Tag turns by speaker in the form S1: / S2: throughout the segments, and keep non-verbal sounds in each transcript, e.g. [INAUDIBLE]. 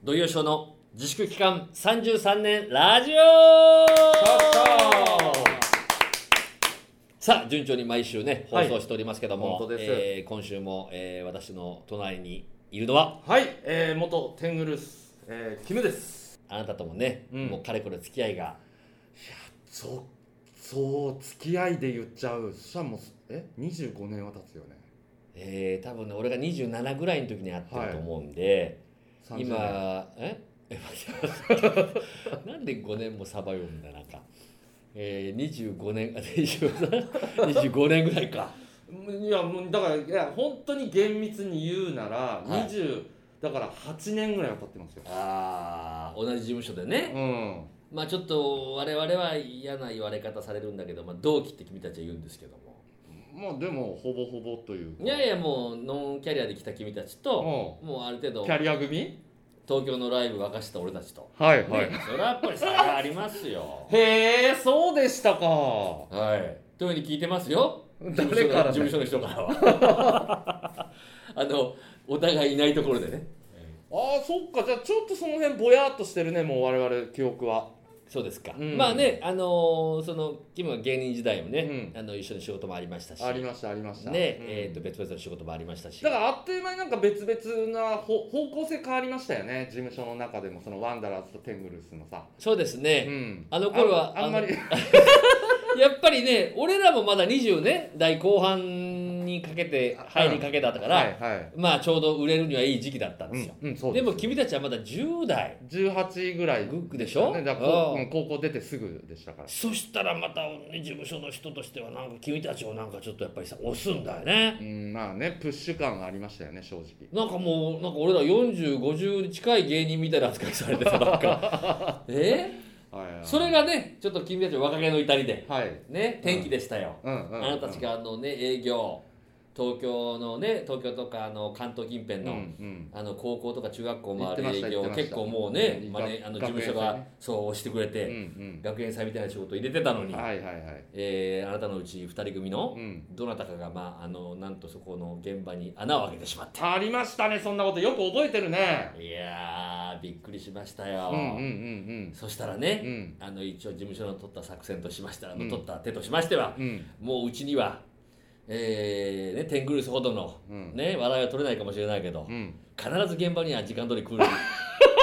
S1: 土曜賞の自粛期間33年ラジオさあ順調に毎週ね放
S2: はい
S1: 送しておりますけども、
S2: 本当です
S1: えー今週も、えー私の隣にいるのは
S2: はい、えー、元テングルス、えー、キムです。
S1: あなたともね、
S2: うん
S1: もうかれこれ付き合いが
S2: そ、そう、付き合いで言っちゃう。そしたらもう、え、25年は経つよね。
S1: えー多分ね俺が27ぐらいの時に会ってると思うんで、
S2: 30
S1: 今
S2: 年
S1: え [LAUGHS] え待って [LAUGHS] なんで5年もさば読んだなんか、えー、25年あ23 25年ぐらいか
S2: いや、もう、だから、いや、本当に厳密に言うなら、
S1: はい
S2: 二十だから8年ぐらいは経ってますよ。
S1: あー同じ事務所で
S2: う
S1: ね、
S2: ん。
S1: まあちょっと我々は嫌な言われ方されるんだけど、まあ、同期って君たちは言うんですけども
S2: まあ、でも、ほぼほぼというか。
S1: いやいやもうノンキャリアで来た君たちと、
S2: う
S1: もうある程
S2: ん。
S1: 度
S2: キャリア組
S1: 東京のライブ沸かした俺たちと、
S2: はい
S1: ね。それはやっぱり差がありますよ
S2: へえ、そうでしたか。
S1: はいというふうに聞いてますよ
S2: 誰から
S1: 事務所の事務所の人からは [LAUGHS] あのお互いいないところでね
S2: ああ、そっか。じゃあ、ちょっとその辺、ぼやっとしてるね、もう我々、記憶は。
S1: そうですか、
S2: うん
S1: まあねあのーそのキムは芸人時代もね、
S2: う
S1: あの一緒に仕事もありましたし
S2: ありました、ありました。
S1: ね、
S2: うん
S1: えー、と別々の仕事もありましたし
S2: だからあっという間になんか別々なほ方向性変わりましたよね事務所の中でもそのワンダラーズとテングルスのさ、
S1: そうです
S2: う
S1: ね、
S2: ん、
S1: あの頃は
S2: あんあんまり
S1: やっぱりね俺らもまだ20ね代後半にかけて入りかけだったから、
S2: はいはい
S1: まあちょうど売れるにはいい時期だったんですよ、
S2: うん、うん、そう
S1: ですも君たちはまだ10代
S2: 18ぐらい
S1: グックでしょ
S2: ね、だから
S1: う
S2: こ
S1: ん
S2: ううん高校出てすぐでしたから
S1: そしたらまた、ね、事務所の人としてはなんか君たちをなんかちょっとやっぱりさ押すんだよね
S2: うんまあねプッシュ感がありましたよね正直
S1: なんかもうなんか俺ら4050近い芸人みたいな扱いされてさなんか
S2: [LAUGHS]
S1: え
S2: はいはい
S1: それがねちょっと君たちの若気の至りで
S2: はい
S1: ね天気でしたよ、
S2: うんうん
S1: あなたたちがあのね営業東京のね東京とかあの関東近辺
S2: うんう
S1: の、
S2: ん
S1: あの高校とか中学校
S2: 言っ
S1: 回
S2: てました
S1: る営業
S2: 言ってまし
S1: 結
S2: た
S1: 構もうね、
S2: うん
S1: まあ、ねあの事
S2: 学
S1: 務所
S2: 学園
S1: が、
S2: 祭ね
S1: そう押してくれ
S2: うんう
S1: て、
S2: ん
S1: 学園祭みたいな仕事入れてたのに、
S2: はいはいはい
S1: えーあなたのうち2人組の
S2: うん
S1: どなたかが、まあ、あのなんとそこの現場に穴を開けてしまって
S2: ありましたねそんなことよく覚えてるね
S1: いやーびっくりしましたよ、
S2: うんうんうん
S1: そしたら
S2: うんう
S1: ね、
S2: ん
S1: あの一応事務所の取った作戦としましたあの、
S2: うん
S1: 取った手としましては
S2: うん
S1: もううちには、えーね、テングルスほどの、
S2: うん
S1: ね、笑いは取れないかもしれないけど、
S2: うん
S1: 必ず現場には時間通り来 [LAUGHS] る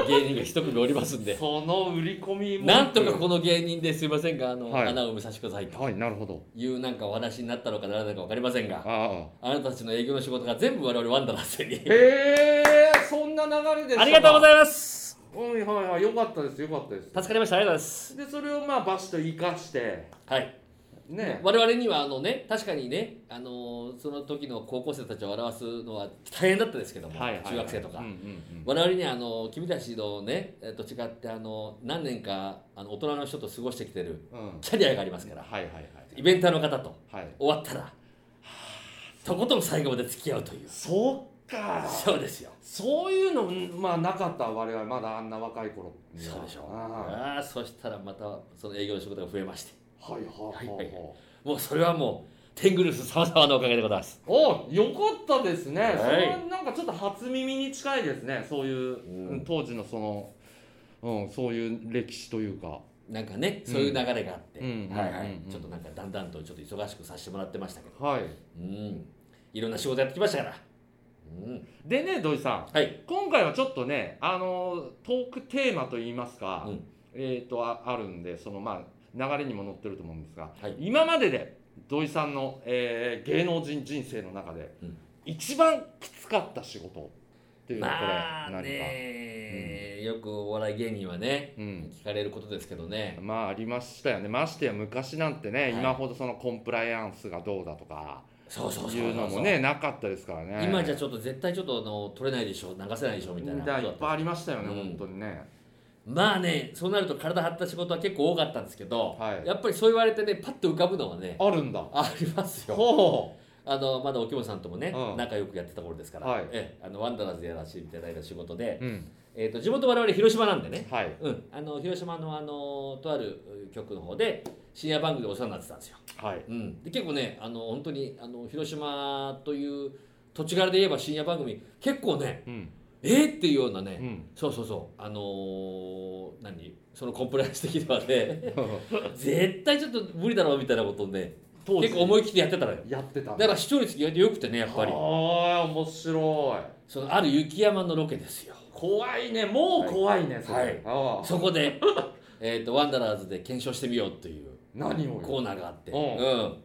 S1: 芸人が一組おりますんで
S2: その売り込み文句
S1: なんとかこの芸人ですいませんがあの、
S2: はい
S1: 穴を埋めさせてくださいと
S2: はいなるほど
S1: いうなんかお話になったのかならないのか分かりませんが
S2: ああ
S1: あなたたちの営業の仕事が全部我々ワンダラーズに
S2: へえそんな流れでし
S1: [LAUGHS]
S2: た
S1: ありがとうございます
S2: いますはいはいはいよかったですよかったです
S1: 助かりましたありがとうございます
S2: でそれをまあバシと生かして
S1: はい
S2: ね
S1: 我々にはあのね確かにねあのーその時の高校生たちを表すのは大変だったですけども、中学生とか、
S2: うんうん
S1: 我々にはあの君たちのねえーと違ってあの何年かあの大人の人と過ごしてきてる
S2: うんうん
S1: キャリアがありますから
S2: はいはいはい
S1: イベンターの方と
S2: はい
S1: 終わったらとことん最後まで付き合うという
S2: そっか
S1: そうですよ
S2: そういうのうんまあなかった我々まだあんな若い頃には
S1: そうでしょ
S2: あ
S1: ああそしたらまたその営業の仕事が増えまして
S2: あはいはいは
S1: はいいは
S2: はいい
S1: もうそれはもうテングルス様々のおかげでございます
S2: およかったですね、
S1: はい
S2: それはなんかちょっと初耳に近いですねそういう、
S1: う
S2: うん当時のその、うん、そういう歴史というか
S1: なんかねそういう流れがあって、
S2: うん
S1: はいはい、
S2: うん
S1: ちょっとなんかだんだんとちょっと忙しくさせてもらってましたけど
S2: はい
S1: うんいろんな仕事やってきましたからうん
S2: でね土井さん
S1: はい
S2: 今回はちょっとねあのトークテーマといいますか、
S1: うん
S2: えっ、とああるんでそのまあ流れにも載ってると思うんですが、
S1: はい
S2: 今までで土井さんの、えー芸能人人生の中で、
S1: うん
S2: 一番きつかった仕事っていうのはこれ、
S1: まあ
S2: 何か、
S1: ね、よくお笑い芸人はね
S2: うん、
S1: 聞かれることですけどね
S2: まあありましたよねましてや昔なんてね、
S1: い
S2: 今ほどそのコンプライアンスがどうだとか
S1: そうそうそう
S2: いうのもねなかったですからね
S1: 今じゃちょっと絶対ちょっとあの取れないでしょ流せないでしょみたいな
S2: だからいっぱいありましたよね、
S1: うん
S2: 本当にね
S1: まあねそうなると体張った仕事は結構多かったんですけど、
S2: はい
S1: やっぱりそう言われてねパッと浮かぶのはね
S2: あるんだ
S1: ありますよ
S2: ほ
S1: あのまだおきもさんともね、
S2: うん
S1: 仲良くやってた頃ですから、
S2: はい
S1: ええあのワンダラーズでやらせていただいた仕事で、
S2: う、うん、
S1: えー、と地元我々広島なんでね、
S2: はい
S1: うん、あの広島のあのとある局の方で深夜番組でお世話になってたんですよ、
S2: はい
S1: うん、で結構ねあの本当にあの広島という土地柄で言えば深夜番組結構ね
S2: うん
S1: えーっていうようなね、
S2: うん、 [LAUGHS]
S1: そうそうそうあのー何そのコンプライアンス的にはね [LAUGHS] 絶対ちょっと無理だろうみたいなことをね
S2: 当
S1: 結構思い切ってやってたのよ
S2: やってた
S1: だから視聴率意外と良くてねやっぱり
S2: ああ面白い
S1: そのある雪山のロケですよ
S2: 怖いねもう怖いねそれ、
S1: はい
S2: ああ
S1: そこ
S2: [LAUGHS]
S1: でえーとワンダラーズで検証してみようという
S2: 何をよ
S1: コーナーがあって、
S2: うん
S1: うん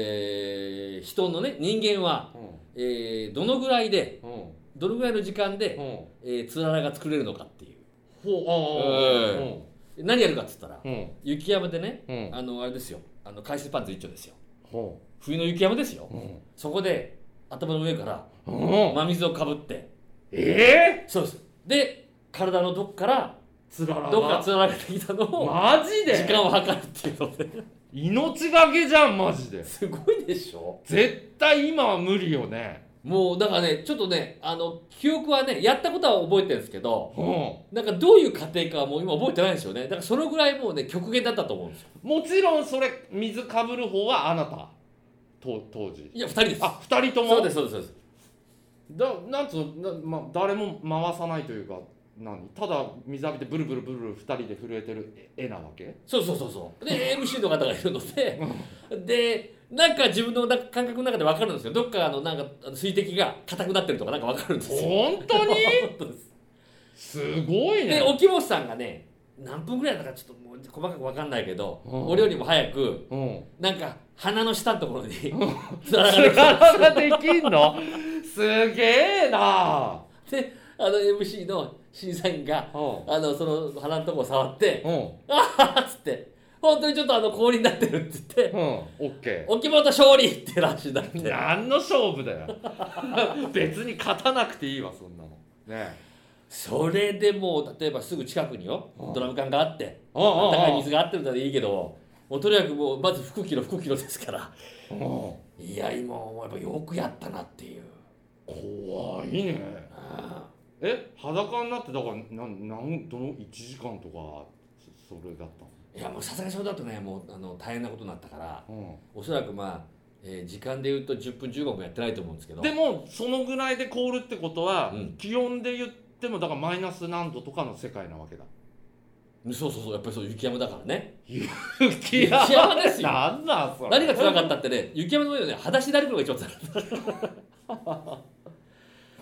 S1: えー人のね人間は、
S2: う
S1: えーどのぐらいで
S2: んうんうん
S1: どのぐらいの時間で、
S2: ほ
S1: えーつららが作れるのかっていう
S2: う
S1: う
S2: あ
S1: 何やるかっつったら
S2: あうん
S1: 雪山でね
S2: うん
S1: あのあれですよあの海水パンツ一丁ですよ
S2: ほ
S1: 冬の雪山ですよ
S2: ううん
S1: そこで頭の上から
S2: うん
S1: 真水をかぶって
S2: ええ
S1: そうですで体のどっから
S2: つららが
S1: どっかつららができたのを
S2: マジで
S1: 時間を測るっていうので [LAUGHS]
S2: 命がけじゃんマジです
S1: ごいでしょ
S2: 絶対今は無理よね
S1: もうだからねちょっとねあの記憶はねやったことは覚えてるんですけど
S2: うん
S1: なんかどういう過程かはもう今覚えてないんですよねだからそのぐらいもうね極限だったと思うんですよ
S2: もちろんそれ水かぶる方はあなたと当時
S1: いや2人です
S2: あ二人とも
S1: そうですそうですそうです
S2: だなんつうのな、ま、誰も回さないというか何ただ水浴びてブルブルブルブル二人で震えてる絵なわけ
S1: そうそうそうそうで MC の方がいるのででなんか自分の中感覚の中で分かるんですよどっかあのなんかあの水滴が硬くなってるとかなんか分かるんですよ
S2: 本当に
S1: [LAUGHS] そうです
S2: すごい
S1: で
S2: ね
S1: 沖本さんがね何分ぐらいだかちょっともう細かく分かんないけど、
S2: うん
S1: 俺よりも早く
S2: うん
S1: なんか鼻の下のところにつ
S2: つ
S1: ららができた
S2: ららができんのすげえな
S1: であの MC の審査員が
S2: うん
S1: あのその鼻のところを触って
S2: うん
S1: 「ああ」っつって「本当にちょっとあの氷になってる」って言って
S2: うんオッケー
S1: 「沖本勝利!」って話になって
S2: 何の勝負だよ [LAUGHS] 別に勝たなくていいわそんなのねえ
S1: それでもう例えばすぐ近くによ
S2: うん
S1: ドラム缶があって
S2: うんうんうん
S1: あったかい水があってるならいいけどもうとにかくもうまず服着ろ服着ろですからいや今思えばよくやったなっていう
S2: 怖いね
S1: あ
S2: え裸になってだからなんなんどの1時間とかそそれだった
S1: あいやもうさすがにそれだとねもうあの大変なことになったから
S2: の、
S1: おそらくまあ、えー時間で言うと10分15分やってないと思うんですけど
S2: でもそのぐらいで凍るってことは、
S1: うん
S2: 気温で言ってもだからマイナス何度とかの世界なわ
S1: [LAUGHS]
S2: けだ
S1: そうそうそうやっぱりそう雪山だからね
S2: 雪
S1: 雪山ですよ
S2: なんだそれ
S1: 何が辛かったってね雪山の上でね裸足で歩くのが一番辛かっ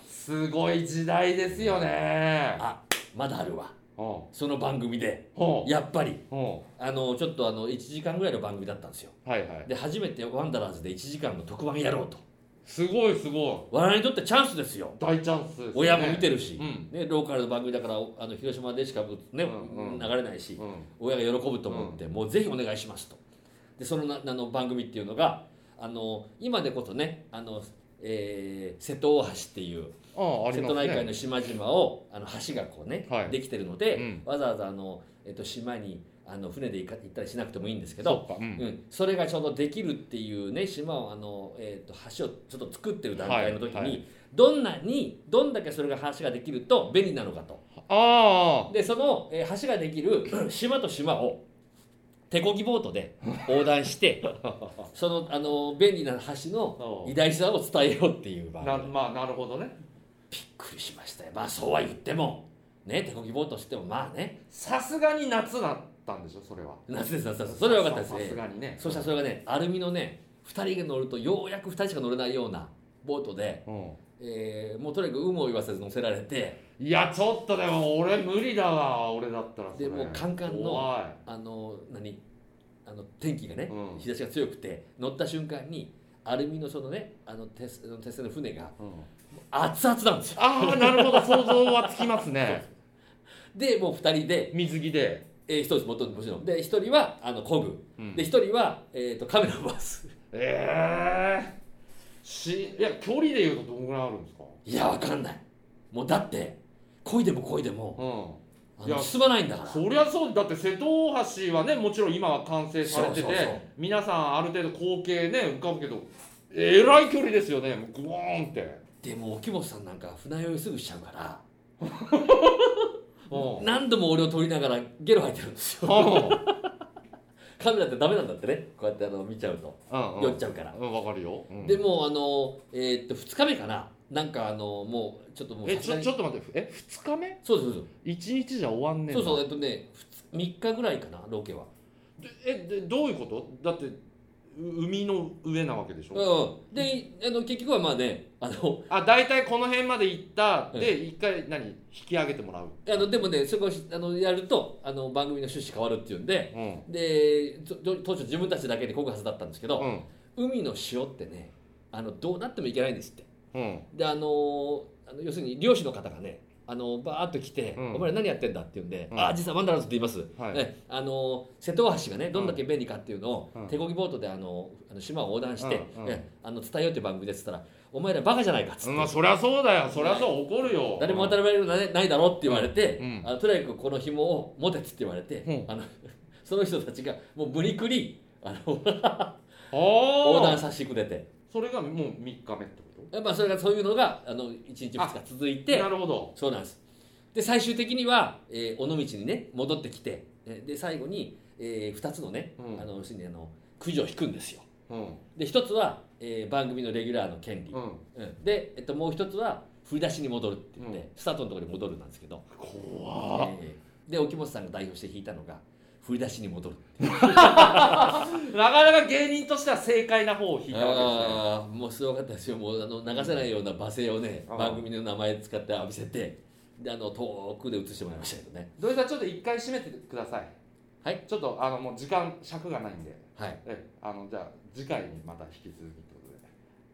S2: すごい時代ですよね
S1: たあまだあるわ
S2: うんうん
S1: その番組で
S2: うん
S1: やっぱり
S2: は
S1: あのちょっとあの1時間ぐらいの番組だったんですよ
S2: いはい
S1: で初めてワンダラーズで1時間の特番やろうと
S2: すごいすご
S1: 我々にとってチャンスですよ
S2: い大チャンスですね
S1: 親も見てるし、
S2: うん
S1: ね、ローカルの番組だからあの広島でしか、ね
S2: うんうん
S1: 流れないし
S2: うん
S1: 親が喜ぶと思って、もうぜひお願いしますとでそのなあの番組っていうのがあの今でこそねあの、えー瀬戸大橋っていう
S2: あああり
S1: 瀬
S2: ま
S1: 戸
S2: すね
S1: 内海の島々をあの橋がこうね、
S2: はい
S1: できてるので、
S2: うん
S1: わざわざあの、えっと、島にあの船で行か行ったりしなくてもいいんですけど
S2: そうか、うん
S1: うん、それがちょうどできるっていうね島をあの、えー、と橋をちょっと作ってる段階の時に、
S2: はいは
S1: どんなにどんだけそれが橋ができると便利なのかと
S2: あ
S1: でその、えー橋ができる [CLEARS THROAT] 島と島を手こぎボート
S2: [LAUGHS]
S1: で横断してそのあの便利な橋の
S2: おう
S1: 偉大さを伝えようっていう番
S2: あな
S1: 組
S2: まあなるほどね
S1: びっくりしましたよまあそうは言ってもね手こぎボートしてもまあね
S2: さすがに夏だったんでしょそれは
S1: 夏です夏ですそれは良かったです
S2: さ
S1: ね
S2: すがにね
S1: そしたらそれがねアルミのね2人が乗るとようやく2人しか乗れないようなボートで、
S2: うん
S1: えーもうとにかく有無を言わせず乗せられて
S2: いやちょっとでも俺無理だわ俺だったらそれ
S1: でもうカンカンの
S2: 怖い
S1: あの何あの天気がね、
S2: うん
S1: 日差しが強くて乗った瞬間にアルミのそのねあの鉄あの鉄製の船が
S2: うん
S1: 熱々なんですよ
S2: あ
S1: [LAUGHS]
S2: あなるほど想像はつきますね
S1: でもう2人で、
S2: 水着で、
S1: え1人もともちろんで1人はあの漕ぐ
S2: うん
S1: で1人は、えー、とカメラを回す
S2: ええしいや距離でいうとどんぐらいあるんですか
S1: いやわかんないもうだって漕いでも漕いでも
S2: うん
S1: あ
S2: いや
S1: の進まないんだから
S2: そりゃそうだって瀬戸大橋はねもちろん今は完成されてて
S1: そうそうそう
S2: 皆さんある程度光景ね浮かぶけどえらい距離ですよねもうグワーンって、
S1: でも沖本さんなんか船酔いすぐしちゃうから
S2: うん
S1: 何度も俺を撮りながらゲロ吐いてるんですよ [LAUGHS] カメラってダメなんだってねこうやってあの見ちゃうと
S2: うんうん
S1: 酔っちゃうから
S2: うんわかるよ、うん
S1: でもうあのえーっと2日目かななんかあのもうちょっともう
S2: え
S1: さす
S2: ち
S1: が
S2: ょ
S1: に
S2: ちょっと待ってえ二日目
S1: そうですそう
S2: 一日じゃ終わん
S1: で
S2: ね
S1: す
S2: え
S1: そ
S2: ん
S1: う
S2: だ
S1: そうえっとね3日ぐらいかなロケは
S2: でえでどういうことだってう海の上なわけでしょ、
S1: うんであの結局はまあねあの
S2: あ大体この辺まで行った
S1: うん
S2: で一回何引き上げてもらう、
S1: あのでもねそこをしあのやるとあの番組の趣旨変わるっていうんで
S2: うん
S1: でと当初自分たちだけでこぐはずだったんですけど、
S2: うん
S1: 海の塩ってねあのどうなってもいけないんですって
S2: うん
S1: であのあの要するに漁師の方がねあのバーッと来て、
S2: うん
S1: お前ら何やってんだ?」って言うんで「
S2: うん
S1: あ実はワンダランスって言います」
S2: はい
S1: ねあの瀬戸大橋がねどんだけ便利かっていうのを、
S2: うん
S1: 手漕ぎボートであのあの島を横断して、
S2: うん
S1: ねあの伝えようっていう番組でっつったら「お前らバカじゃないか」っつって、
S2: まあそりゃそうだよそりゃそう怒るよ
S1: 誰も当たり前のないないだろって言われて、
S2: うんうん
S1: あのとにかくこの紐を持てっつって言われて、
S2: う
S1: あの [LAUGHS] その人たちがもう無理くりあの横
S2: あ
S1: 断
S2: あ
S1: させてくれて
S2: それがもう3日目ってこ
S1: やっぱそれがそういうのがあの1日2日続い
S2: と
S1: て
S2: なるほど
S1: そうなんですで最終的には、えー尾道にね戻ってきてえーで最後に、え2つのね、
S2: うん
S1: あの要するにあのくじを引くんですよ
S2: うん
S1: で1つは、えー番組のレギュラーの権利、
S2: うん
S1: うんで、えっと、もう1つは振り出しに戻るって言って、
S2: うん
S1: スタートのところに戻るなんですけど
S2: 怖っ
S1: えーで沖本さんが代表して弾いたのが「振り出しに戻る
S2: なかなか芸人としては正解な方を」引いたわ
S1: あーもうすごかったですよもうあの流せないような罵声をね
S2: あー
S1: 番組の名前使って浴びせてであの遠くで映してもらいましたけどね
S2: けですね土井さんちょっと一回閉めてください
S1: はい
S2: ちょっとあのもう時間尺がないんで
S1: はい
S2: えあのじゃあ次回にまた引き続きってことで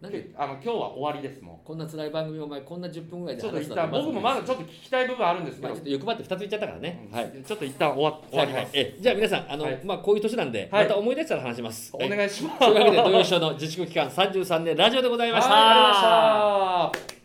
S1: なんで
S2: けあの今日は終わりですも
S1: こんな辛い番組をお前こんな10分ぐら
S2: う
S1: いで
S2: ちょっと
S1: 話す
S2: 一
S1: なん
S2: 旦
S1: て
S2: 僕もまだちょ
S1: っ
S2: っと聞きたい部分あるんです
S1: と
S2: け
S1: まあちょ
S2: ど
S1: っと欲張って2ついっちゃったからね、
S2: うん
S1: はい
S2: ちょっと一旦終わ終わります
S1: えじゃあ皆さんあの、
S2: はい
S1: まあ、こういう年なんで、
S2: はい
S1: また思い出したら話します、
S2: お
S1: はい
S2: 願いします
S1: というわけで土曜ショーの自粛期間33年ラジオでございました、
S2: はいありがとうございました